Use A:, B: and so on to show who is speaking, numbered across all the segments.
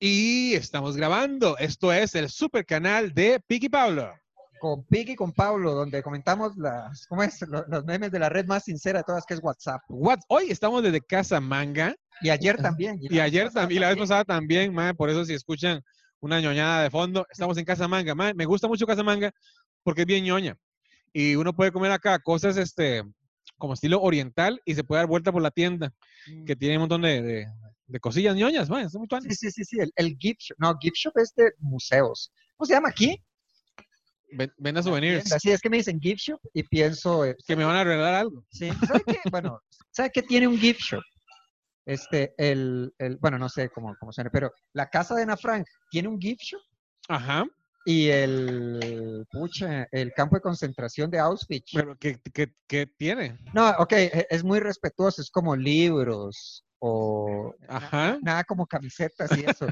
A: Y estamos grabando. Esto es el super canal de Piki Pablo.
B: Con Piggy y con Pablo, donde comentamos las, ¿cómo es? Lo- Los, memes de la red más sincera de todas, que es WhatsApp.
A: What? Hoy estamos desde Casa Manga
B: Y ayer también.
A: y ayer tam- y la vez pasada también, mae, por eso si escuchan una ñoñada de fondo, estamos en Casa Manga. Mae, me gusta mucho Casa Manga porque es bien ñoña. Y uno puede comer acá cosas este como estilo oriental y se puede dar vuelta por la tienda que tiene un montón de, de- de cosillas ñoñas, mae, está muy tuanis.
B: Mm, Sí, sí, sí, sí, el, el gift shop. No, gift shop es de museos. ¿Cómo se llama aquí?
A: Ven- Venda souvenirs
B: Así es que me dicen gift shop y pienso, eh,
A: que me van a regalar algo.
B: sí, ¿sabe qué? Bueno, ¿sabe qué tiene un gift shop? Este, el, el- bueno, no sé cómo, cómo suena, pero la casa de Ana Frank tiene un gift shop
A: Ajá.
B: y el, pucha, el campo de concentración de Auschwitz.
A: Pero ¿qué, qué- qué tiene?
B: No, ok, e- es muy respetuoso, es como libros o
A: Ajá.
B: nada como camisetas y eso.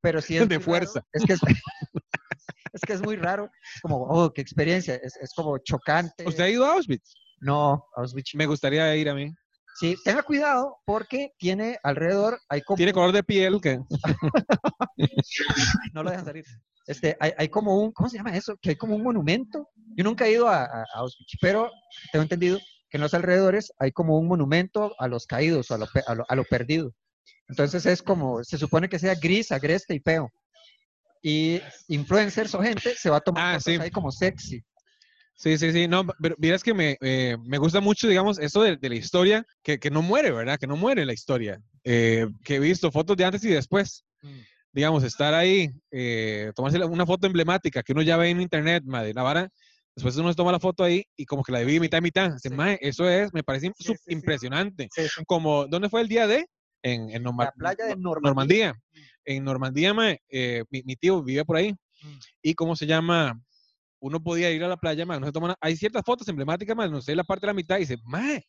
B: Pero sí es
A: De
B: muy raro,
A: fuerza.
B: Es que es, es que es muy raro, es como, oh, qué experiencia, es, es como chocante.
A: ¿Usted ha ido a Auschwitz?
B: No, Auschwitz.
A: Me gustaría ir a mí.
B: Sí, tenga cuidado porque tiene alrededor, hay como,
A: Tiene color de piel que
B: no lo dejan salir. Este, hay, hay como un, ¿cómo se llama eso? Que hay como un monumento. Yo nunca he ido a, a- a Auschwitz, pero tengo entendido que en los alrededores hay como un monumento a los caídos o a lo, pe- a lo- a lo perdido. Entonces es como, se supone que sea gris, agreste y peo. Y influencers o gente se va a tomar
A: Ah,
B: fotos
A: sí.
B: ahí como sexy.
A: Sí, sí, sí. No, pero miras que me, eh, me gusta mucho, digamos, eso de, de la historia, que, que no muere, ¿verdad? Que no muere la historia. Eh, que he visto fotos de antes y después. Digamos, estar ahí, eh, tomarse la- una foto emblemática que uno ya ve en internet, madre, la vara. Después uno se toma la foto ahí y como que la divide mitad y mitad. Dice,
B: Sí.
A: "Mae, eso es, me parece
B: Sí, sí, sí.
A: impresionante.
B: Sí, sí.
A: Como, ¿dónde fue el día de? En, en Norma-
B: La playa de Normandía.
A: Normandía. En Normandía, mae, eh, mi, mi tío vivía por ahí.
B: Mm.
A: Y cómo se llama, uno podía ir a la playa, mae, no se toman- hay ciertas fotos emblemáticas, mae, no sé, la parte de la mitad, y dice, mae,
B: Mm.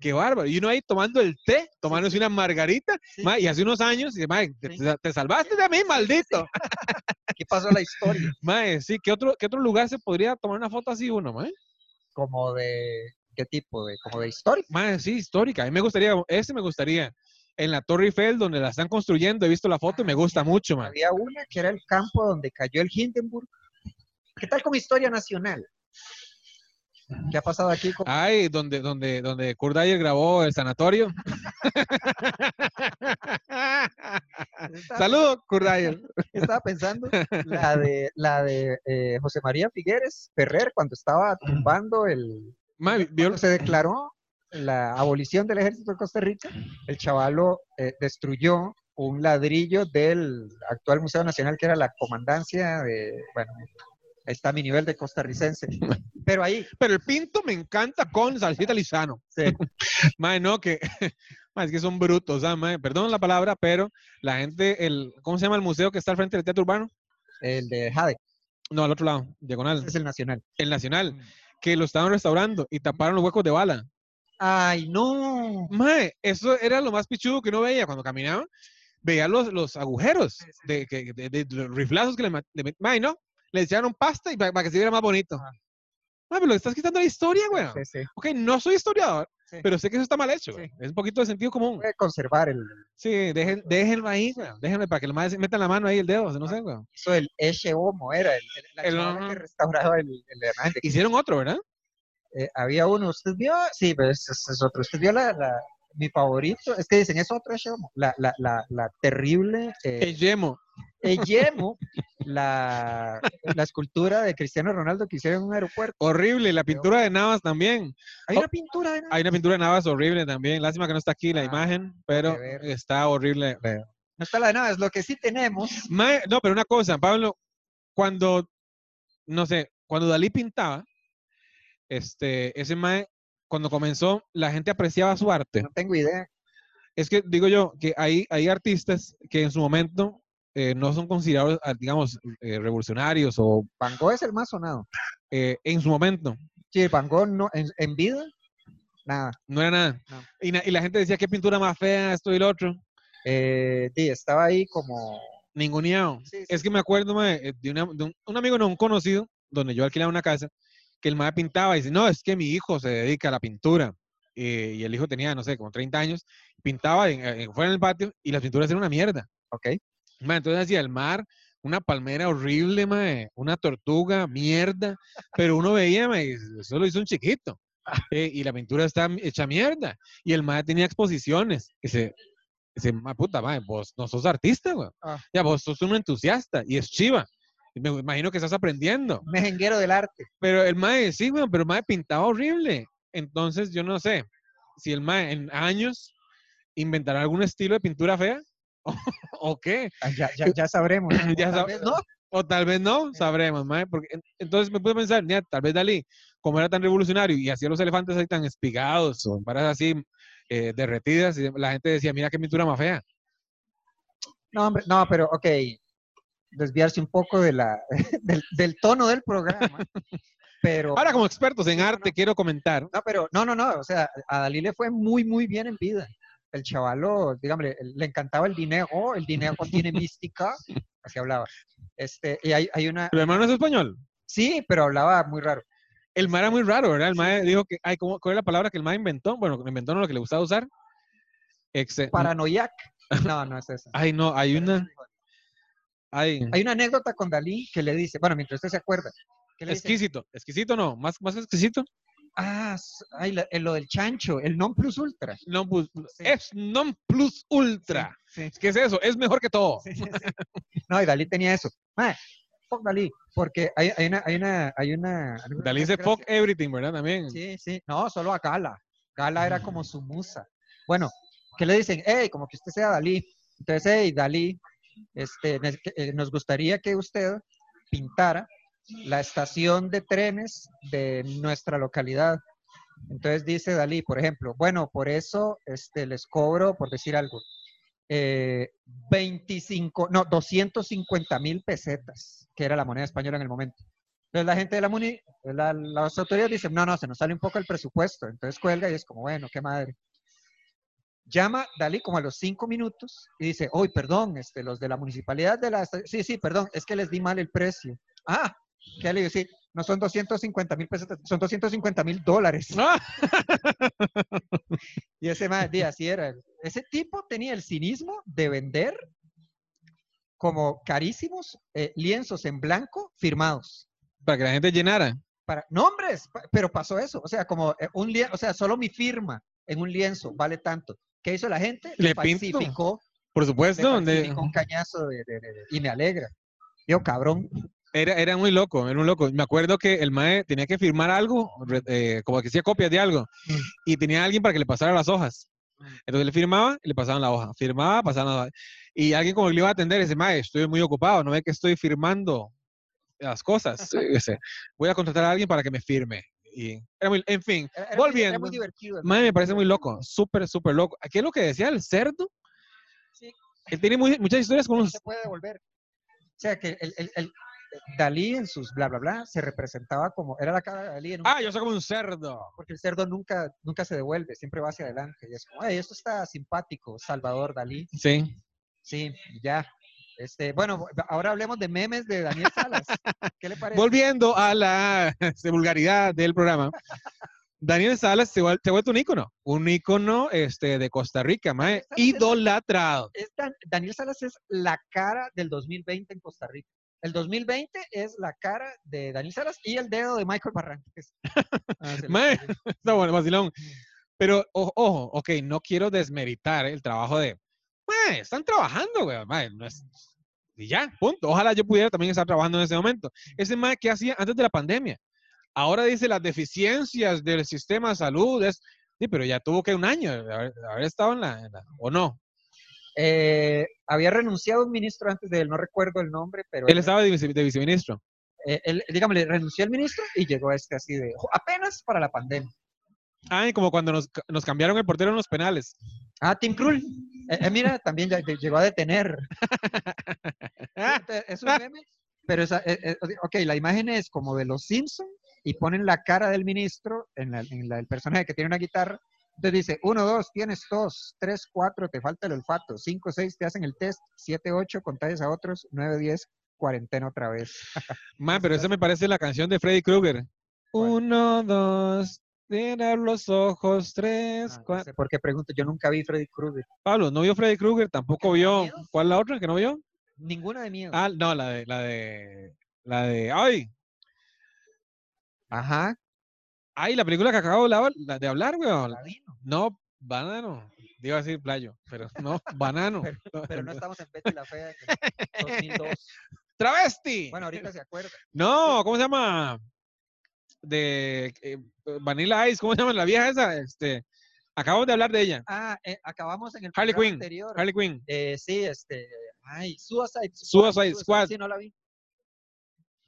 A: qué bárbaro. Y uno ahí tomando el té, tomándose una margarita,
B: Sí.
A: mae, y hace unos años, y dice, mae, te,
B: Sí.
A: te- te salvaste de mí, maldito.
B: Aquí pasó la historia
A: Mae, sí, ¿qué otro, ¿qué otro lugar se podría tomar una foto así uno, mae?
B: como de, ¿qué tipo? de Como de historia.
A: Mae, sí, histórica. A mí me gustaría, ese me gustaría. En la Torre Eiffel, donde la están construyendo, he visto la foto y me gusta mucho, mae.
B: Había una que era el campo donde cayó el Hindenburg. ¿Qué tal con historia nacional? ¿Qué ha pasado aquí? con-
A: Ay, donde, donde, donde Kurt Dyer grabó el sanatorio.
B: estaba,
A: Saludos, Kurt Dyer.
B: estaba pensando la de, la de eh, José María Figueres Ferrer cuando estaba tumbando el...
A: Ma, vi- vio-
B: Cuando se declaró la abolición del ejército de Costa Rica, el chavalo eh, destruyó un ladrillo del actual Museo Nacional que era la comandancia de... Bueno, ahí está mi nivel de costarricense. Pero ahí,
A: pero el pinto me encanta con salsita lisano.
B: Sí.
A: Mae, no, que, ma, es que son brutos, ah, mae, perdón la palabra, pero la gente, el, ¿cómo se llama el museo que está al frente del Teatro Urbano?
B: el de Jade,
A: No, al otro lado, diagonal,
B: es el nacional.
A: el Nacional, que lo estaban restaurando y taparon los huecos de bala.
B: Ay, no.
A: Mae, eso era lo más pichudo que uno veía cuando caminaba. Veía los, los agujeros de, que- de- de los riflazos que le, ma- le met- Mae, no. Le echaron pasta y para, que se viera más bonito.
B: Ajá.
A: Mae, pero le estás quitando la historia, güey.
B: Sí, sí.
A: Ok, no soy historiador,
B: Sí.
A: pero sé que eso está mal hecho. güey.
B: Sí.
A: Es un poquito de sentido común.
B: Puede conservar el,
A: Sí, dejen, déjenlo ahí, güey. Déjenlo para que el mae se- metan la mano ahí, el dedo, o sea, no sé, güey.
B: hizo el Eche Homo, era el, el- la
A: El
B: chavala
A: homo.
B: que restauraba el, el de Hernández.
A: Hicieron otro, ¿verdad?
B: Eh, había uno, ¿usted vio? Sí, pero ese es, es otro. ¿Usted vio la, la- mi favorito? Es que dicen, es otro Eche Homo. La, la, la, la terrible eh,
A: El yemo.
B: Eyemo, la, la escultura de Cristiano Ronaldo que hicieron en un aeropuerto.
A: Horrible. La pintura de Navas también.
B: Hay
A: Oh.
B: una pintura de
A: Hay una pintura de Navas horrible también. Lástima que no está aquí la
B: Ah,
A: imagen, pero
B: ver.
A: está horrible. la-
B: No está la de nada, es lo que sí tenemos.
A: Mae, no, pero una cosa, Pablo, cuando, no sé, cuando Dalí pintaba, este, ese mae, cuando comenzó, la gente apreciaba su arte.
B: No tengo idea.
A: Es que digo yo que hay, hay artistas que en su momento eh, no son considerados, ah, digamos, eh, revolucionarios o
B: Van Gogh es el más sonado.
A: eh, en su momento
B: Sí, Van Gogh no, en, en vida, nada.
A: no era nada.
B: No.
A: Y, na- y la gente decía qué pintura más fea, esto y lo otro.
B: Eh, sí, estaba ahí como...
A: Ninguneado.
B: Sí, sí,
A: Es que me acuerdo mae, eh, de, una- de un, un amigo, no un conocido, donde yo alquilaba una casa, que el mae pintaba y dice, no, es que mi hijo se dedica a la pintura. Eh, y el eh, hijo tenía, no sé, como 30 años, pintaba en- en- fuera en el patio y las pinturas eran una mierda.
B: Ok.
A: Ma, entonces hacia el mar, una palmera horrible, mae, una tortuga, mierda, pero uno veía, mae, eso lo hizo un chiquito. eh, y la pintura está hecha mierda. Y el mae tenía exposiciones. Y se, dice, ma puta, mae, vos no sos artista, güey.
B: Ah.
A: Ya, vos sos un entusiasta y es chiva. Y Me imagino que estás aprendiendo.
B: Mejenguero del arte.
A: Pero el mae, sí, güey, pero el mae pintaba horrible. Entonces, yo no sé si el mae en años inventará algún estilo de pintura fea o qué.
B: Ah, Ya, ya, ya sabremos.
A: Ya
B: Tal
A: sab-
B: vez no.
A: O tal vez no, sabremos, mae, porque en- entonces me pude pensar, "Mira, tal vez Dalí, como era tan revolucionario y hacía los elefantes ahí tan espigados o varas así eh, derretidas, y la gente decía, mira qué pintura más fea.
B: No, hombre, no, pero ok. Desviarse un poco de la, del, del tono del programa. Pero.
A: Ahora, como expertos en
B: Sí, no,
A: arte,
B: no.
A: quiero comentar,
B: No, pero no, no, no. O sea, a Dalí le fue muy, muy bien en vida. El chavalo, dígame, le encantaba el dinero. El dinero contiene mística. Así hablaba. Este, y hay, hay una.
A: el hermano es español.
B: Sí, pero hablaba muy raro.
A: El mae era muy raro, ¿verdad? El mae dijo que, ay, ¿cómo- ¿cuál es la palabra que el mae inventó? Bueno, inventó no lo que le gustaba usar. Exe-
B: Paranoiac. No, no es eso.
A: Ay, no, hay una, ay,
B: Hay una anécdota con Dalí que le dice, bueno, mientras usted se acuerda, que le dice,
A: exquisito, exquisito no, más, más exquisito.
B: ah, s- ay, la- eh, lo del chancho, el non plus ultra.
A: No, pues,
B: Sí.
A: es non plus ultra.
B: Sí,
A: ¿Qué es eso? Es mejor que todo.
B: sí, sí, sí. No, y Dalí tenía eso. Mae, fuck Dalí, porque hay, hay una, hay una, hay una.
A: Dalí dice fuck everything, ¿verdad? También.
B: Sí, sí, no, solo a Gala. Gala era
A: Mm.
B: como su musa. Bueno, que le dicen, hey, como que usted sea Dalí. Entonces, hey, Dalí, este, ne- que- eh, nos gustaría que usted pintara la estación de trenes de nuestra localidad. Entonces dice Dalí, por ejemplo, bueno, por eso este, les cobro, por decir algo, eh, 25, no, 250 mil pesetas, que era la moneda española en el momento. Entonces la gente de la MUNI, la- las autoridades dicen, no, no, se nos sale un poco el presupuesto. Entonces cuelga y es como, bueno, qué madre. Llama Dalí como a los cinco minutos y dice, hoy, perdón, este, los de la municipalidad de la... esta- Sí, sí, perdón, es que les di mal el precio. Ah, ¿qué le digo? Sí, no son 250 mil pesos, son 250 mil dólares.
A: ¡Ah!
B: Y ese más día así era. Ese tipo tenía el cinismo de vender como carísimos eh, lienzos en blanco firmados.
A: Para que la gente llenara.
B: para nombres, pa- pero pasó eso, o sea, como eh, un lienzo, o sea, solo mi firma en un lienzo vale tanto. ¿Qué hizo la gente?
A: Le pinto.
B: falsificó,
A: Por
B: le
A: supuesto, de-
B: falsificó un cañazo de, de- de- de- y me alegra. Yo, cabrón,
A: era, era muy loco, era un loco. Me acuerdo que el mae tenía que firmar algo, re- eh, como que hacía copias de algo,
B: Mm.
A: y tenía alguien para que le pasara las hojas. Entonces le firmaba y le pasaban la hoja. Firmaba, pasaban la hoja. Y alguien como que le iba a atender, dice, mae, estoy muy ocupado, no ve que estoy firmando las cosas. Y dice, Voy a contratar a alguien para que me firme. Y era muy- en fin,
B: era, era muy-
A: Volviendo.
B: era muy divertido. ¿no?
A: Mae, me parece muy loco, súper, súper loco. Aquí es lo que decía el cerdo.
B: Sí.
A: Él tiene muy- muchas historias con
B: No
A: los...
B: se puede devolver. O sea, que el, el- el- Dalí en sus bla, bla, bla, se representaba como, era la cara de Dalí en un
A: Ah, yo soy como un cerdo.
B: porque el cerdo nunca, nunca se devuelve, siempre va hacia adelante. Y es como, "Ey, esto está simpático, Salvador Dalí.
A: Sí.
B: Sí, y ya. Este, bueno, bu- ahora hablemos de memes de Daniel Salas. ¿Qué le parece?
A: Volviendo a la este, vulgaridad del programa. Daniel Salas se, vuel- se ha vuelto un ícono. Un ícono este, de Costa Rica, mae.
B: Salas es-
A: Idolatrado.
B: Es Dan- Daniel Salas es la cara del 2020 en Costa Rica. El 2020 es la cara de Daniel Salas y el dedo de Michael Barrantes. Ah, se le
A: Mae.
B: salió.
A: Está bueno, vacilón. Pero, o- ojo, ok, no quiero desmeritar el trabajo de... Mae, están trabajando, güey. Mae, no es... Y ya, punto. Ojalá yo pudiera también estar trabajando en ese momento. Ese mae, ¿qué hacía antes de la pandemia? Ahora dice las deficiencias del sistema de salud. Es... Sí, pero ya tuvo que un año de haber, de haber estado en la- en la... ¿O no?
B: Eh, había renunciado un ministro antes de él, no recuerdo el nombre, pero
A: Él
B: era-
A: estaba de, vice- de viceministro.
B: eh, él, dígame, le renunció el ministro y llegó este así de jo- apenas para la pandemia.
A: Ay, como cuando nos, ca- nos cambiaron el portero en los penales.
B: Ah, Tim Krul. Eh, eh, mira, también ya- llegó a detener. Sí,
A: Ah,
B: ente- es un meme, pero esa, eh, eh, ok, la imagen es como de los Simpson y ponen la cara del ministro en, la- en la- el personaje que tiene una guitarra. Entonces dice, uno, dos, tienes dos, tres, cuatro, te falta el olfato, cinco, seis, te hacen el test, siete, ocho, contalles a otros, nueve, diez, cuarentena otra vez.
A: ma, pero eso me parece la canción de Freddy Krueger.
B: ¿Cuál?
A: Uno, dos, tirar los ojos, tres,
B: Ah, no
A: cuatro.
B: sé por qué pregunto, yo nunca vi Freddy Krueger.
A: Pablo, ¿no vio Freddy Krueger? Tampoco vio.
B: miedo?
A: ¿Cuál la otra que no vio?
B: Ninguna de miedo.
A: Ah, no, la de, la de, la de, ay,
B: Ajá.
A: ay, la película que acabo de hablar, la de hablar, weón.
B: Ladino.
A: No, banano. Iba a decir playo, pero no, banano.
B: Pero no estamos en Betty la Fea en el 2002.
A: ¡Travesti!
B: Bueno, ahorita se acuerda.
A: No, ¿cómo se llama? De eh, Vanilla Ice, ¿cómo se llama la vieja esa? Este, acabamos de hablar de ella,
B: Ah, eh, acabamos en el
A: Harley
B: programa
A: Quinn,
B: anterior.
A: Harley Quinn.
B: Eh, sí, este. Ay, Suicide
A: Suicide Squad.
B: Sí, no la vi.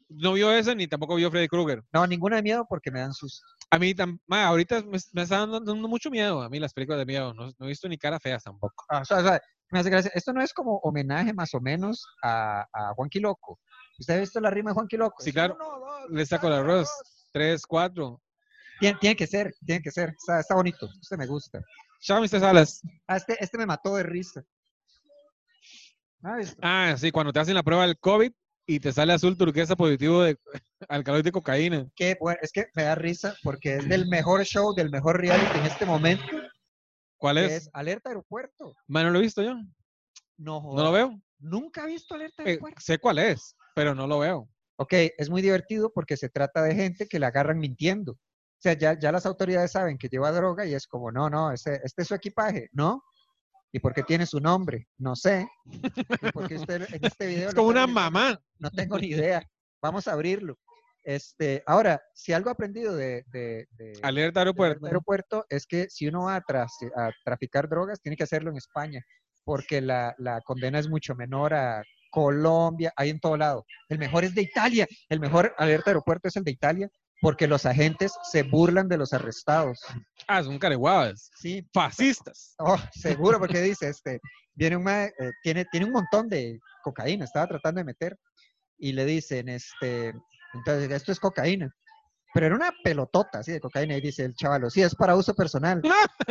A: No vio esa ni tampoco vio Freddy Krueger.
B: No, ninguna de miedo porque me dan susto.
A: A mí, tam- ma, ahorita me, me están dando mucho miedo a mí las películas de miedo. No, no he visto ni cara feas tampoco.
B: Ah, o sea, o sea, me hace gracia. Esto no es como homenaje más o menos a, a Juan Quiloco. ¿Usted ha visto la rima de Juan Quiloco?
A: Sí,
B: Es
A: claro.
B: uno, dos,
A: Le saco el
B: saca el
A: arroz. Tres, cuatro.
B: Tiene, tiene que ser, tiene que ser. Está, está bonito. Este me gusta.
A: Chao, Mr. Salas.
B: Ah, este, este me mató de risa. ¿No ha visto?
A: Ah, sí, cuando te hacen la prueba del COVID y te sale azul turquesa positivo de alcaloide de cocaína.
B: Qué bueno, es que me da risa porque es del mejor show, del mejor reality en este momento.
A: ¿Cuál
B: que
A: es?
B: es Alerta Aeropuerto.
A: Ma, no lo he visto yo.
B: No,
A: No lo
B: jodas.
A: veo.
B: Nunca he visto Alerta
A: Eh,
B: Aeropuerto.
A: sé cuál es, pero no lo veo.
B: Ok, es muy divertido porque se trata de gente que la agarran mintiendo. O sea, ya, ya las autoridades saben que lleva droga y es como, no, no, este, este es su equipaje, ¿no? ¿Y por qué tiene su nombre? No sé. ¿Y por qué usted en este video
A: Es
B: lo
A: como
B: está
A: una
B: utilizando?
A: mamá.
B: No tengo ni idea. Vamos a abrirlo. Este, ahora, si algo he aprendido de, de- de- del
A: Alerta aeropuerto.
B: aeropuerto es que si uno va a, tras- a traficar drogas, tiene que hacerlo en España, porque la, la condena es mucho menor a Colombia, hay en todo lado. El mejor es de Italia, el mejor alerta aeropuerto es el de Italia, porque los agentes se burlan de los arrestados.
A: Ah, son careguadas.
B: Sí,
A: Fascistas.
B: Oh, seguro, porque dice, este, viene un mae, eh, tiene, tiene un montón de cocaína, estaba tratando de meter, y le dicen, este, entonces, esto es cocaína. Pero era una pelotota así de cocaína, y dice el chavalo, sí, es para uso personal.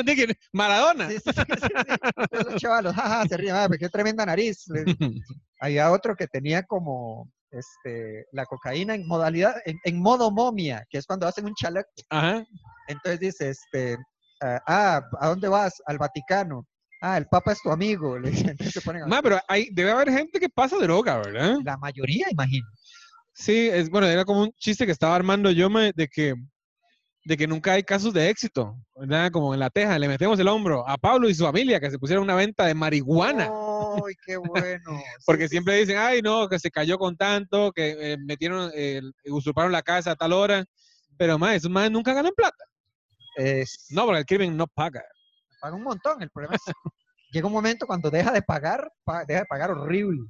A: ¿De quién? Maradona.
B: Sí, sí, sí, sí, sí. Entonces Los chavalos, jaja, se ríen, "Ah, pues, qué tremenda nariz. Le- Había otro que tenía como, este, la cocaína en modalidad, en, en modo momia, que es cuando hacen un chaleco.
A: Ajá.
B: Entonces dice, este, ah, ah, ¿a dónde vas? Al Vaticano. Ah, el Papa es tu amigo. Le dicen, entonces se ponen a-
A: Ma, pero hay, debe haber gente que pasa droga, ¿verdad?
B: La mayoría, imagino.
A: Sí, es, bueno, era como un chiste que estaba armando yo me- de que de que nunca hay casos de éxito, ¿verdad? Como en la teja, le metemos el hombro a Pablo y su familia que se pusieron una venta de
B: Oh,
A: marihuana,
B: ¡Ay, qué bueno!
A: porque siempre dicen, ay, no, que se cayó con tanto, que eh, metieron, eh, usurparon la casa a tal hora, pero más, esos más nunca ganan plata.
B: Es-
A: No, porque el crimen no paga.
B: paga un montón. El problema es, llega un momento cuando deja de pagar, pa- deja de pagar horrible.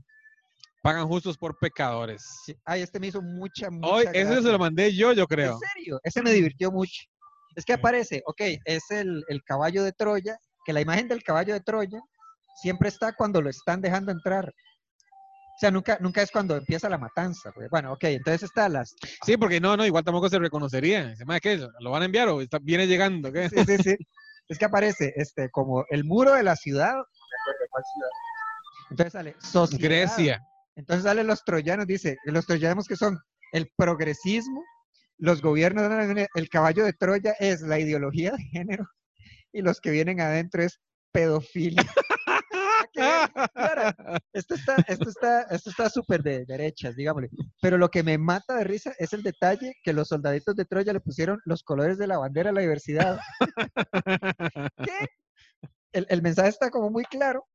A: Pagan justos por pecadores.
B: Sí, Ay, este me hizo mucha, mucha
A: Hoy, ese se
B: gracia.
A: lo mandé yo, yo creo.
B: ¿En serio? Ese me divirtió mucho. Es que aparece, ok, es el, el caballo de Troya, que la imagen del caballo de Troya siempre está cuando lo están dejando entrar. O sea, nunca, nunca es cuando empieza la matanza. güey. Bueno, ok, entonces está las...
A: Sí, porque no, no, igual tampoco se reconocería. Dice, "Ma, ¿qué? ¿Lo van a enviar o está- viene llegando? ¿Qué?
B: Sí, sí, sí. Es que aparece este, como el muro de la ciudad. Entonces sale sociedad.
A: Grecia.
B: Entonces salen los troyanos, dice, los troyanos que son el progresismo, los gobiernos, el caballo de Troya es la ideología de género y los que vienen adentro es pedofilia. ¿Qué? Clara, esto está esto está esto está súper de derechas, digámosle. Pero lo que me mata de risa es el detalle que los soldaditos de Troya le pusieron los colores de la bandera a la diversidad. ¿Qué? El, el mensaje está como muy claro.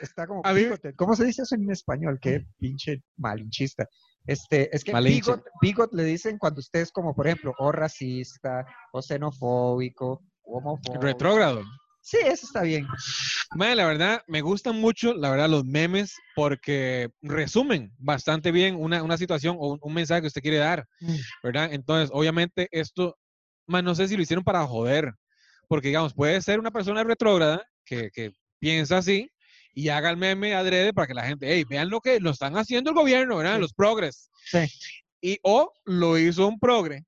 B: Está como
A: A mí-
B: bigoted. ¿Cómo se dice eso en español? Qué pinche malinchista. Este, es que
A: Malinche.
B: bigot, bigot le dicen cuando usted es como, por ejemplo, o racista, o xenofóbico, o homofóbico.
A: Retrógrado.
B: Sí, eso está bien.
A: Mae, la verdad, me gustan mucho, la verdad, los memes porque resumen bastante bien una, una situación o un, un mensaje que usted quiere dar, ¿verdad? Entonces, obviamente, esto, mae, no sé si lo hicieron para joder, porque, digamos, puede ser una persona retrógrada que, que piensa así y haga el meme adrede para que la gente, hey, vean lo que lo están haciendo el gobierno, ¿verdad?
B: Sí.
A: Los progres.
B: Sí.
A: Y o lo hizo un progre.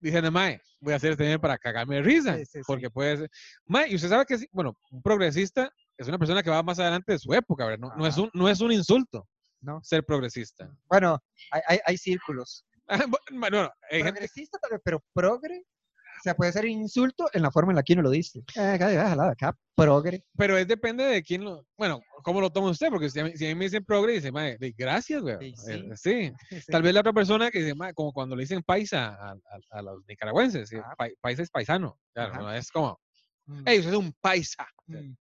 A: Dicen, mae, voy a hacer este meme para cagarme de risa.
B: Sí, sí, sí.
A: Porque puede ser. Mae, y usted sabe que, sí, bueno, un progresista es una persona que va más adelante de su época, ¿verdad? No, no es,
B: Ajá.
A: un, no es un insulto
B: No.
A: ser progresista.
B: Bueno, hay, hay- hay círculos.
A: bueno, hay gente-
B: Progresista tal vez, pero progre. O sea, puede ser insulto en la forma en la que uno lo dice. Eh, déjala de acá, progre.
A: Pero es depende de quién lo. Bueno, cómo lo toma usted, porque si a mí, si a mí me dicen progre, dice, madre, de- gracias, güey.
B: Sí,
A: Eh,
B: sí.
A: Sí. Tal vez la otra persona que dice, madre, como cuando le dicen paisa a, a- a los nicaragüenses, eh,
B: Ah.
A: pa- paisa es paisano. Claro,
B: Ajá.
A: no es como,
B: Mm,
A: hey, usted es un paisa.
B: mm,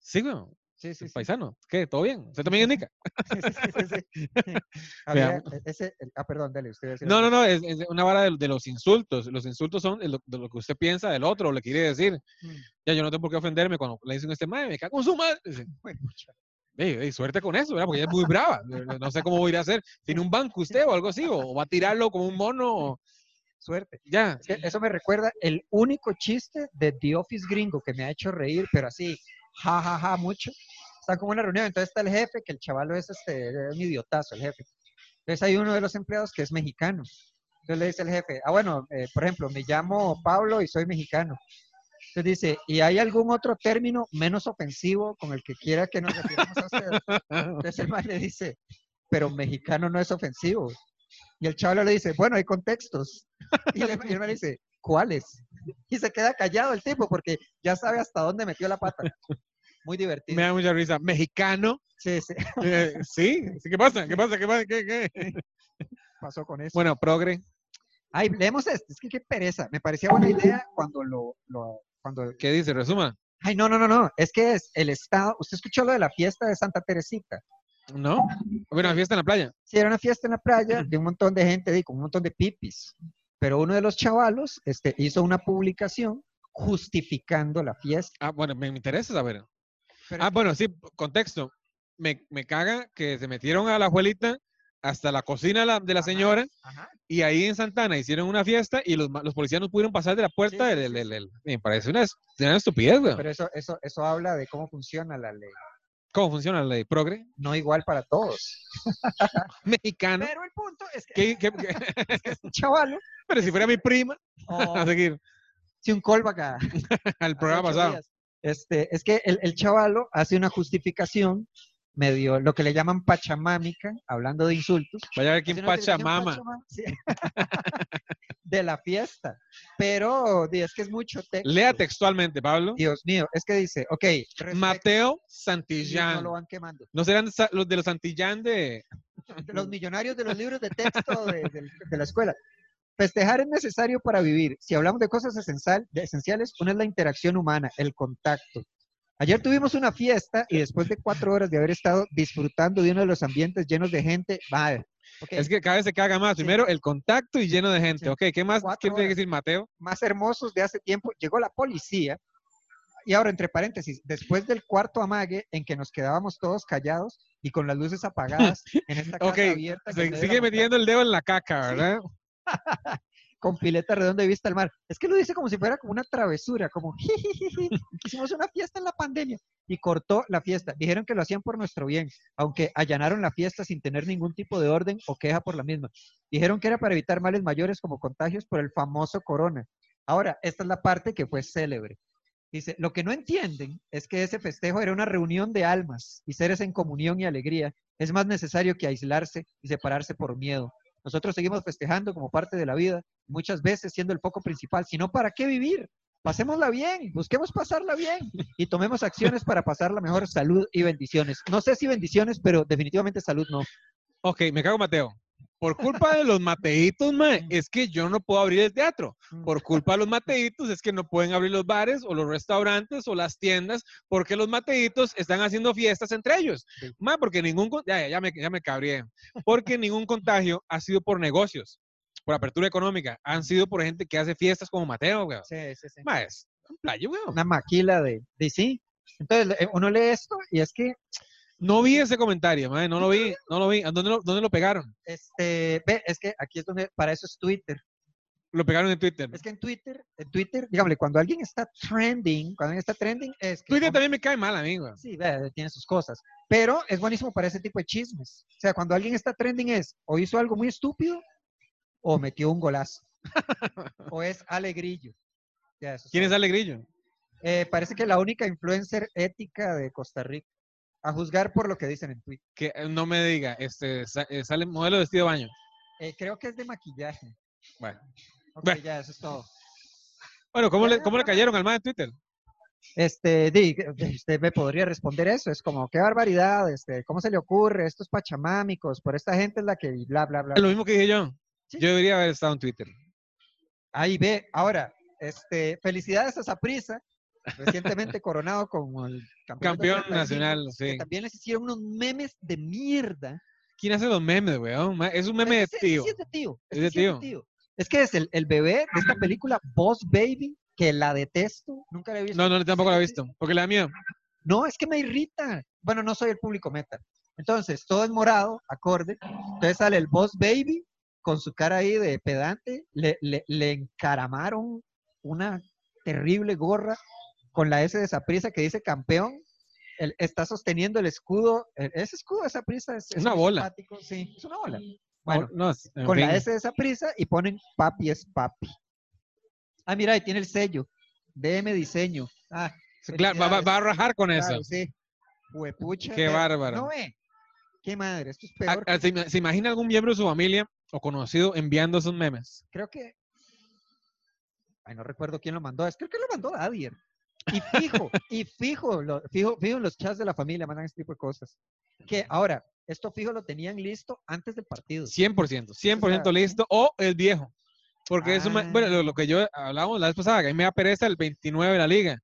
A: Sí, güey,
B: Sí,
A: es
B: sí, sí.
A: paisano. ¿Qué? ¿Todo bien? ¿Usted también es nica?
B: sí, sí, sí, sí. Había- e- ese- el- ah, perdón, dale, usted iba a decir
A: No, no,
B: algo.
A: no, es, es una vara de, de los insultos. Los insultos son de lo, de lo que usted piensa del otro, o le quiere decir.
B: Mm.
A: Ya, yo no tengo por qué ofenderme cuando le dicen a este madre, me cago en su madre. Dice,
B: Bueno, pucha.
A: "Ey, ey, suerte con eso, ¿verdad? Porque ella es muy brava. No no sé cómo voy a ir a hacer. ¿Tiene un banco usted o algo así? ¿O, o va a tirarlo como un mono? o-
B: Suerte.
A: ya.
B: Es que eso me recuerda el único chiste de The Office gringo que me ha hecho reír, pero así, ja, ja, ja, mucho. Está como en una reunión, entonces está el jefe, que el chavalo es este, un idiotazo, el jefe. Entonces hay uno de los empleados que es mexicano. Entonces le dice el jefe, ah, bueno, eh, por ejemplo, me llamo Pablo y soy mexicano. Entonces dice, ¿y hay algún otro término menos ofensivo con el que quiera que nos referamos a usted? Entonces el man le dice, pero mexicano no es ofensivo. Y el chavo le dice, bueno, hay contextos. Y el, y el man le dice, ¿cuáles? Y se queda callado el tipo porque ya sabe hasta dónde metió la pata. Muy divertido.
A: Me da mucha risa. ¿Mexicano?
B: Sí, sí,
A: Eh, ¿sí? sí, ¿Qué pasa? ¿Qué pasa? ¿Qué pasa? ¿Qué, qué?
B: pasó con eso.
A: Bueno, progre.
B: Ay, leemos este, es que qué pereza. Me parecía buena idea cuando lo, lo- cuando...
A: ¿Qué dice? Resuma.
B: Ay, no, no, no, no. Es que es el Estado... ¿Usted escuchó lo de la fiesta de Santa Teresita?
A: ¿No? Bueno, fiesta en la playa.
B: Sí, era una fiesta en la playa de un montón de gente, di, con un montón de pipis. Pero uno de los chavalos este, hizo una publicación justificando la fiesta.
A: Ah, bueno, me, me interesa saber.
B: Pero-
A: Ah, bueno, sí, contexto. Me, me caga que se metieron a la abuelita hasta la cocina de la, de la
B: Ajá,
A: señora
B: Ajá.
A: y ahí en Santana hicieron una fiesta y los, ma- los policías no pudieron pasar de la puerta
B: sí,
A: del...
B: sí,
A: del- del- Me parece una, es- una estupidez, güey.
B: Pero eso, eso, eso habla de cómo funciona la ley.
A: ¿Cómo funciona la ley progre?
B: No igual para todos.
A: Mexicano.
B: Pero el punto es que
A: ¿Qué- qué- qué?
B: este chavalo,
A: Pero si fuera mi prima,
B: o
A: a seguir
B: si un callback a-
A: al
B: hace
A: programa
B: ocho
A: pasado.
B: días. Este, es que el, el chavalo hace una justificación medio, lo que le llaman pachamámica, hablando de insultos.
A: Vaya a ver
B: Hace
A: quién
B: una utilización
A: Pachamama.
B: pachamama, sí, de la fiesta. Pero di, es que es mucho texto.
A: Lea textualmente, Pablo.
B: Dios mío, es que dice, ok, respecto-
A: Mateo
B: y no
A: Santillán.
B: lo Eh, van quemando.
A: ¿No serán sa- los de los Santillán de...?
B: De Los millonarios de los libros de texto de, del- de la escuela. Festejar es necesario para vivir. Si hablamos de cosas esencial- de esenciales, una es la interacción humana, el contacto. Ayer tuvimos una fiesta y después de cuatro horas de haber estado disfrutando de uno de los ambientes llenos de gente, madre. ok,
A: Es que cada vez se caga más.
B: Sí.
A: Primero, el contacto y lleno de gente.
B: Sí.
A: Ok, ¿qué más?
B: Cuatro
A: ¿Qué tiene que
B: horas.
A: decir Mateo?
B: más hermosos de hace tiempo, llegó la policía. Y ahora, entre paréntesis, después del cuarto amague en que nos quedábamos todos callados y con las luces apagadas en esta casa
A: Ok,
B: abierta. que
A: Se
B: se ve la
A: sigue
B: montaña,
A: metiendo el dedo en la caca, ¿verdad?
B: Con pileta redonda y vista al mar. Es que lo dice como si fuera como una travesura, como "Jijijiji, hicimos una fiesta en la pandemia. Y cortó la fiesta. Dijeron que lo hacían por nuestro bien, aunque allanaron la fiesta sin tener ningún tipo de orden o queja por la misma. Dijeron que era para evitar males mayores como contagios por el famoso corona. Ahora, esta es la parte que fue célebre. Dice, lo que no entienden es que ese festejo era una reunión de almas y seres en comunión y alegría. Es más necesario que aislarse y separarse por miedo. Nosotros seguimos festejando como parte de la vida, muchas veces siendo el foco principal, sino ¿para qué vivir? Pasémosla bien, busquemos pasarla bien y tomemos acciones para pasarla mejor. Salud y bendiciones. No sé si bendiciones, pero definitivamente salud no.
A: Ok, me cago en Mateo. Por culpa de los mateitos, mae, es que yo no puedo abrir el teatro.
B: Mm.
A: Por culpa de los mateitos es que no pueden abrir los bares o los restaurantes o las tiendas porque los mateitos están haciendo fiestas entre ellos.
B: Sí.
A: Mae, porque ningún... con- Ya, ya, ya me, ya me cabrié. Porque ningún contagio ha sido por negocios, por apertura económica. Han sido por gente que hace fiestas como Mateo, weón.
B: Sí, sí, sí.
A: Mae, es un playo, weón.
B: una maquila de, de sí. Entonces eh, uno lee esto y es que
A: No vi ese comentario, mae, no lo vi, no lo vi. ¿A ¿Dónde lo, dónde lo pegaron?
B: este ve, es que aquí es donde para eso es Twitter.
A: Lo pegaron en Twitter.
B: Es que en Twitter, en Twitter, dígame, cuando alguien está trending, cuando alguien está trending es que
A: Twitter también me cae mal, amigo.
B: Sí, ve, tiene sus cosas, pero es buenísimo para ese tipo de chismes. O sea, cuando alguien está trending es o hizo algo muy estúpido o metió un golazo. o es alegrillo. Ya, eso es
A: ¿Quién
B: todo.
A: es Alegrillo?
B: Eh, parece que la única influencer ética de Costa Rica, a juzgar por lo que dicen en Twitter.
A: Que eh, no me diga, este, sa- eh, sale modelo de vestido de baño.
B: Eh, creo que es de maquillaje.
A: Bueno.
B: Ok,
A: Bueno.
B: ya, eso es todo.
A: Bueno, ¿cómo le, cómo le cayeron al mae de Twitter?
B: Este, di, usted me podría responder eso. Es como, qué barbaridad, este, ¿cómo se le ocurre? Estos pachamámicos, por esta gente es la que bla, bla, bla.
A: Lo mismo que dije yo.
B: Sí.
A: Yo debería haber estado en Twitter.
B: Ahí ve, ahora, este, felicidades a Saprisa, recientemente coronado como el campeón,
A: Campeón
B: del país,
A: nacional,
B: que
A: sí.
B: También les hicieron unos memes de mierda.
A: ¿Quién hace los memes, weón? Ma- Es un meme de
B: Ese- ese
A: tío.
B: sí es de tío.
A: Es
B: ese
A: de
B: sí
A: tío.
B: Es que es el, el bebé de esta película, Boss Baby, que la detesto. Nunca la he visto.
A: No, no, tampoco lo he visto. Porque la mía.
B: No, es que me irrita. Bueno, no soy el público meta. Entonces, todo es morado, acorde. Entonces sale el Boss Baby con su cara ahí de pedante. Le, le, le encaramaron una terrible gorra con la S de Saprisa que dice campeón. Él está sosteniendo el escudo. el- Ese escudo de Saprisa es, es
A: Una
B: muy
A: bola.
B: simpático, Sí, es una bola. Bueno,
A: no, es- en
B: con la
A: fin.
B: S de esa prisa y ponen papi es papi. Ah, mira, ahí tiene el sello. DM Diseño. Ah,
A: Claro, va, va- va a rajar con eso.
B: claro, sí. Huepucha.
A: Qué
B: ve-
A: bárbaro.
B: No ve. Qué madre, esto es
A: Ah,
B: peor.
A: ah, ¿Se, ima- se imagina algún miembro de su familia o conocido enviando esos memes?
B: Creo que. Ay, no recuerdo quién lo mandó. Es- Creo que lo mandó Adier. Y fijo, y fijo, lo- fijo, fijo en los chats de la familia mandan este tipo de cosas. Que ahora, esto fijo lo tenían listo antes del partido.
A: 100%, 100% listo. O el viejo. Porque eso, me- bueno,
B: Ah.
A: lo, lo que yo hablábamos la vez pasada, que a mí me da pereza el 29 de la liga.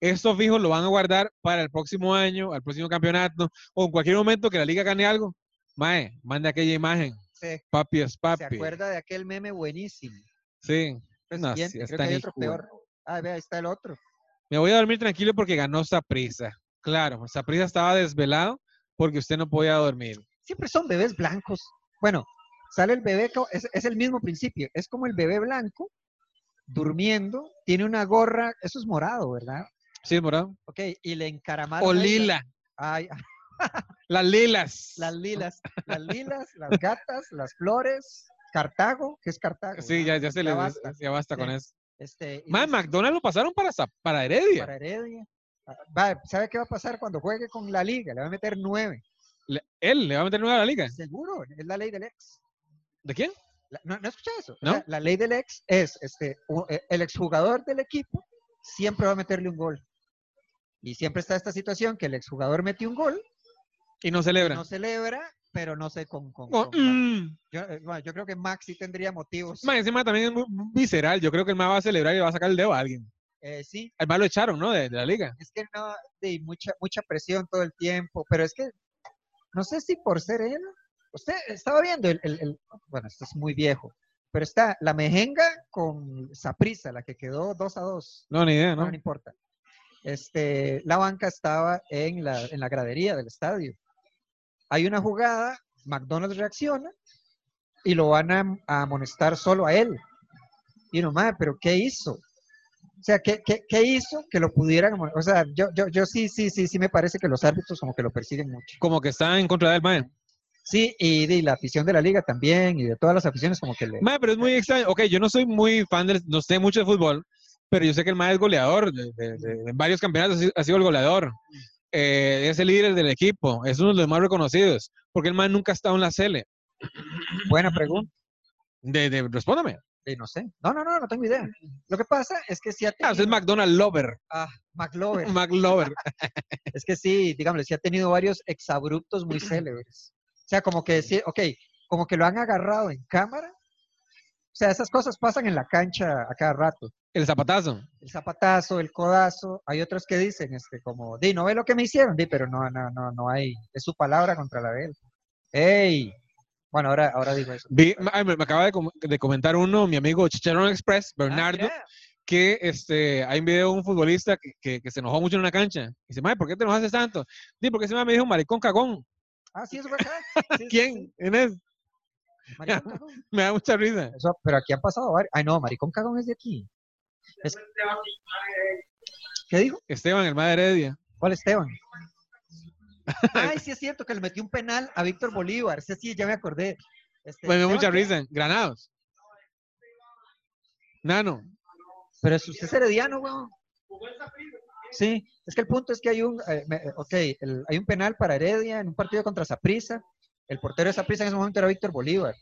A: Estos fijos lo van a guardar para el próximo año, al próximo campeonato, o en cualquier momento que la liga gane algo. Mae, mande aquella imagen.
B: Se,
A: Papi es papi.
B: se acuerda de aquel meme buenísimo.
A: Sí.
B: Pues,
A: No, sí,
B: siguiente, creo
A: está
B: que hay
A: ni
B: otro
A: culo.
B: peor. Ah, vea, ahí está el otro.
A: Me voy a dormir tranquilo porque ganó Saprisa. Claro, Saprisa estaba desvelado porque usted no podía dormir.
B: Siempre son bebés blancos. Bueno, sale el bebé, co- es, es el mismo principio. Es como el bebé blanco durmiendo, tiene una gorra, eso es morado, ¿verdad?
A: ¿Sí, morado?
B: Ok, y le encaramaron.
A: O
B: ahí la-
A: lila.
B: Ay, ah,
A: Las lilas.
B: las lilas, las lilas, las gatas, las flores, Cartago, que es Cartago.
A: Sí, ya,
B: ¿verdad?
A: ya se le
B: basta.
A: ya basta con
B: Sí.
A: eso.
B: Este, y
A: Más
B: dice,
A: McDonald's lo pasaron para, Sa- para Heredia.
B: para Heredia. Ah, va, ¿Sabe qué va a pasar cuando juegue con la liga? Le va a meter nueve.
A: Le- él le va a meter nueve a la liga.
B: Seguro, es la ley del ex.
A: ¿De quién?
B: La- ¿No, no escuchas eso? O
A: ¿No?
B: sea, la ley del ex es, este, u- eh, el exjugador del equipo siempre va a meterle un gol. Y siempre está esta situación que el exjugador metió un gol,
A: Y no celebra.
B: no celebra, pero no sé con... con-
A: Oh,
B: con-
A: mm.
B: yo, eh, bueno, yo creo que Max sí tendría motivos.
A: Ma, encima también es muy visceral. Yo creo que el más va a celebrar y le va a sacar el dedo a alguien.
B: Eh, sí,
A: Al más lo echaron, ¿no? De, de la liga.
B: es que no, de mucha, mucha presión todo el tiempo, pero es que no sé si por ser él, usted estaba viendo el, el- el- bueno, esto es muy viejo, pero está la mejenga con Saprisa, la que quedó 2 a 2.
A: No, ni idea, ¿no?
B: no, no importa. Este, la banca estaba en la, en la gradería del estadio. Hay una jugada, McDonald's reacciona y lo van a, a amonestar solo a él. Y no más, pero ¿qué hizo? O sea, ¿qué, qué, qué hizo que lo pudieran amone- O sea, yo, yo, yo sí, sí, sí, sí me parece que los árbitros como que lo persiguen mucho.
A: Como que está en contra del Mae.
B: Sí, y de la afición de la liga también y de todas las aficiones como que le...
A: Mae, pero es muy extraño. Ok, yo no soy muy fan del, no sé mucho de fútbol, pero yo sé que el Mae es goleador. De, de- de- de varios campeonatos ha sido- ha sido el goleador. Eh, es el líder del equipo. Es uno de los más reconocidos. Porque el Mae nunca ha estado en la Cele.
B: Buena pregunta.
A: De, de- respóndame.
B: Y no sé. No, no, no, no tengo idea. Lo que pasa es que si ha
A: Ah, usted es
B: tenido-
A: McDonald's Lover.
B: Ah, McLover.
A: McLover.
B: Es que sí, digámosle, sí ha tenido varios exabruptos muy célebres. O sea, como que sí, ok, como que lo han agarrado en cámara. O sea, esas cosas pasan en la cancha a cada rato.
A: El zapatazo.
B: El zapatazo, el codazo, hay otros que dicen, este, como, di, no ve lo que me hicieron, di, pero no, no, no, no hay. Es su palabra contra la de él. ¡Ey! Bueno, ahora, ahora digo eso.
A: Vi- ay, me, me acaba de, com- de comentar uno, mi amigo Chicharrón Express,
B: Ah,
A: Bernardo,
B: mira,
A: que este, hay un video de un futbolista que, que- que se enojó mucho en una cancha. Y dice, madre, ¿por qué te enojaste tanto? Dice, porque ese mae me dijo maricón cagón.
B: Ah, sí, eso fue acá. Sí, sí,
A: ¿Quién? ¿Quién es?
B: sí, Maricón Cagón.
A: Me da mucha risa.
B: Eso- pero aquí han pasado varios. Ay, no, Maricón Cagón es de aquí. Es- ¿Qué dijo?
A: Esteban, el madre Heredia.
B: ¿Cuál Esteban? Ay, sí es cierto que le metió un penal a Víctor Bolívar. Sí, sí, ya me acordé. Este,
A: Me dio
B: Esteban,
A: mucha
B: ¿qué?
A: risa. Granados. Nano.
B: Pero es usted es herediano, weón. Sí, es que el punto es que hay un, eh, me- eh, ok, el- hay un penal para Heredia en un partido contra Saprisa. El portero de Saprisa en ese momento era Víctor Bolívar.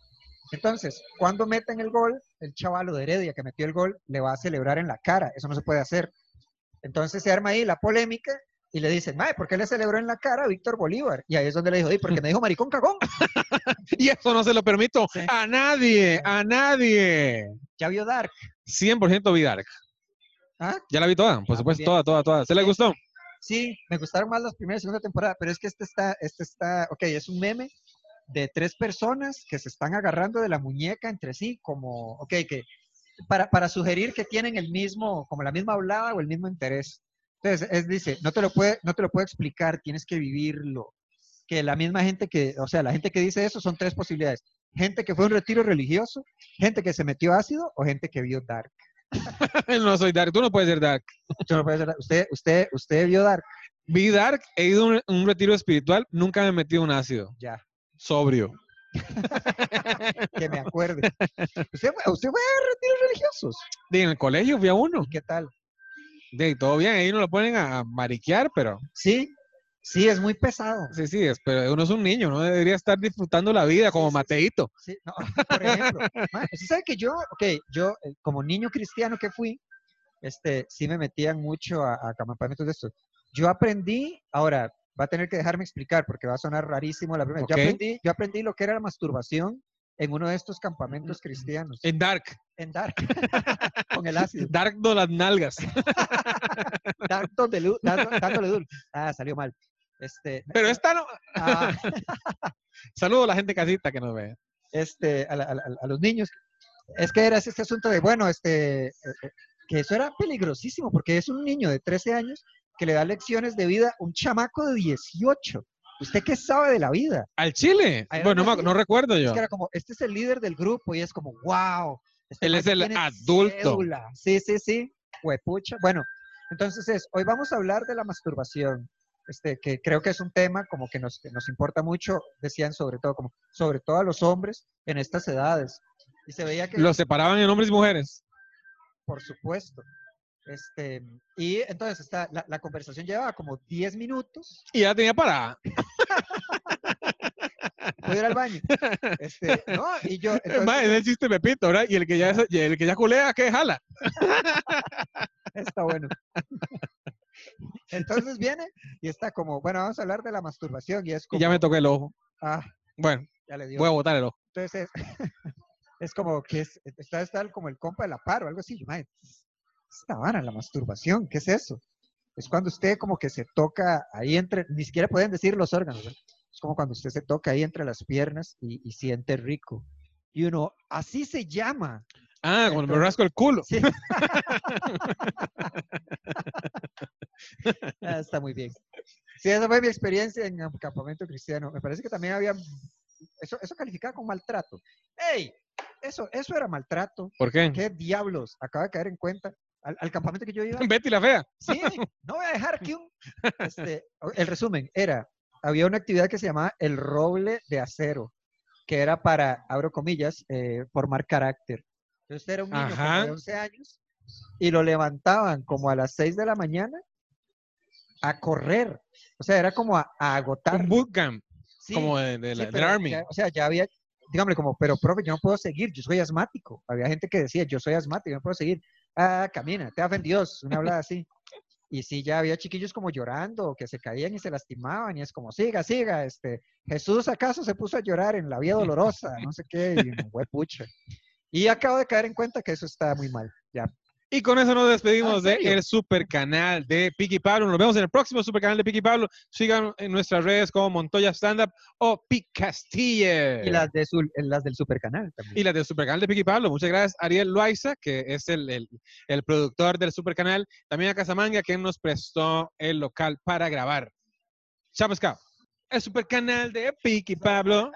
B: Entonces, cuando meten el gol, el chavalo de Heredia que metió el gol le va a celebrar en la cara. Eso no se puede hacer. Entonces se arma ahí la polémica y le dicen, mae, ¿por qué le celebró en la cara a Víctor Bolívar? Y ahí es donde le dijo, "Di, porque me dijo maricón cagón.
A: Y eso no se lo permito
B: Sí. Ah.
A: a nadie, a nadie.
B: Ya vio Dark.
A: 100% vi Dark.
B: ¿Ah?
A: Ya la vi toda, por
B: Ah,
A: supuesto,
B: muy bien.
A: toda, toda, toda. ¿Se le gustó?
B: Sí, me gustaron más las primeras y segunda temporada, pero es que este está, este está, ok, es un meme de tres personas que se están agarrando de la muñeca entre sí, como, ok, que para, para sugerir que tienen el mismo, como la misma hablada o el mismo interés. Entonces, es, dice, no te lo puede, no te lo puedo explicar, tienes que vivirlo. Que la misma gente que, o sea, la gente que dice eso son tres posibilidades. Gente que fue a un retiro religioso, gente que se metió ácido o gente que vio Dark.
A: Pues no soy Dark, tú no puedes ser Dark.
B: Usted, no puede ser- usted, usted, usted vio Dark,
A: Vi Dark, he ido a un, un retiro espiritual, nunca me he metido un ácido.
B: ya.
A: Sobrio.
B: que me acuerde. ¿Usted, fue- usted fue a retiros religiosos?
A: De, en el colegio fui a uno.
B: ¿Y ¿Qué tal?
A: De, todo bien, ahí no lo ponen a, a mariquear, pero
B: Sí, sí, es muy pesado.
A: sí, sí, es, pero uno es un niño, no debería estar disfrutando la vida como
B: sí, sí.
A: Mateito.
B: Sí, no, por ejemplo, ma, usted sabe que yo, ok, yo eh, como niño cristiano que fui, este, sí me metían mucho a, a campamentos de estos. Yo aprendí, ahora va a tener que dejarme explicar porque va a sonar rarísimo la primera.
A: Ok.
B: Yo, aprendí, yo aprendí lo que era la masturbación en uno de estos campamentos cristianos,
A: En Dark,
B: en Dark, con el ácido.
A: Dark de las nalgas.
B: Dándole, du- dando- dándole duro. Ah, salió mal. Este,
A: Pero esta no.
B: ah,
A: Saludo a la gente en casita que nos ve.
B: este, a, la- a la- a los niños. Es que era ese- este asunto de, bueno, este, eh, eh, que eso era peligrosísimo, porque es un niño de 13 años que le da lecciones de vida a un chamaco de 18. ¿Usted qué sabe de la vida?
A: Al Chile.
B: Ahí
A: Bueno,
B: donde
A: no, me-
B: sí.
A: no recuerdo
B: Es
A: yo.
B: que era como, este es el líder del grupo y es como, wow. este
A: Él
B: man
A: es el
B: tiene
A: adulto.
B: cédula". Sí, sí, sí. Huepucha. Bueno, entonces es, hoy vamos a hablar de la masturbación. Este, que creo que es un tema como que nos, que nos importa mucho, decían sobre todo, como sobre todo a los hombres en estas edades. Y se veía que
A: Los separaban en hombres y mujeres.
B: por supuesto. Este, y entonces está, la, la conversación llevaba como 10 minutos.
A: Y ya tenía parada.
B: Puedo ir al baño. Este, no, y yo. entonces-
A: Más, es el chiste de Pepito, ¿verdad? Y el que ya, es- y el que ya culea, ¿qué jala?
B: Está bueno. Entonces viene y está como, bueno, vamos a hablar de la masturbación y es
A: Y
B: como,
A: ya me toqué el ojo.
B: ah,
A: Bueno,
B: ya le dio.
A: voy a botar el ojo.
B: Entonces es, es como que es, está, está como el compa de la par o algo así. Yo, "Mae, esta vara, la masturbación, ¿qué es eso? Es cuando usted como que se toca ahí entre, ni siquiera pueden decir los órganos, ¿verdad? es como cuando usted se toca ahí entre las piernas y, y siente rico. Y uno, así se llama.
A: Ah, cuando me
B: Entonces-
A: rasco el culo.
B: Sí. Ah, está muy bien. Sí, esa fue mi experiencia en el campamento cristiano. Me parece que también había... Eso, eso calificaba como maltrato. ¡Ey! Eso, eso era maltrato.
A: ¿Por qué?
B: ¿Qué diablos? Acaba de caer en cuenta. Al, al campamento que yo iba.
A: Betty la fea.
B: Sí, no voy a dejar que un... este, el resumen era, había una actividad que se llamaba el roble de acero, que era para, abro comillas, eh, formar carácter. Entonces usted era un niño como
A: Ajá.
B: de 11 años y lo levantaban como a las 6 de la mañana a correr. O sea, era como a, a agotar.
A: Un bootcamp,
B: Sí,
A: como de, de
B: sí,
A: la, del
B: pero
A: Army.
B: ya- o sea, ya había, dígame como, pero profe, yo no puedo seguir, yo soy asmático. Había gente que decía, yo soy asmático, yo no puedo seguir. Ah, camina, te hacen Dios, una hablada así. Y sí, ya había chiquillos como llorando, que se caían y se lastimaban, y es como, siga, siga, este, Jesús acaso se puso a llorar en la vía dolorosa, no sé qué, y uno, huepucha. Y acabo de caer en cuenta que eso está muy mal. Ya,
A: Y con eso nos despedimos
B: Ah, ¿en
A: del
B: serio?
A: el super canal de Piki Pablo. Nos vemos en el próximo super canal de Piki Pablo. Sigan en nuestras redes como Montoya Stand Up o Pic Castilla.
B: y las, de su- las del supercanal también.
A: Y la del Supercanal de Piqui Pablo. Muchas gracias, Ariel Loaiza, que es el, el- el productor del Supercanal. También a Casamanga, que nos prestó el local para grabar. Chao, pescado. El Supercanal de Piqui Pablo.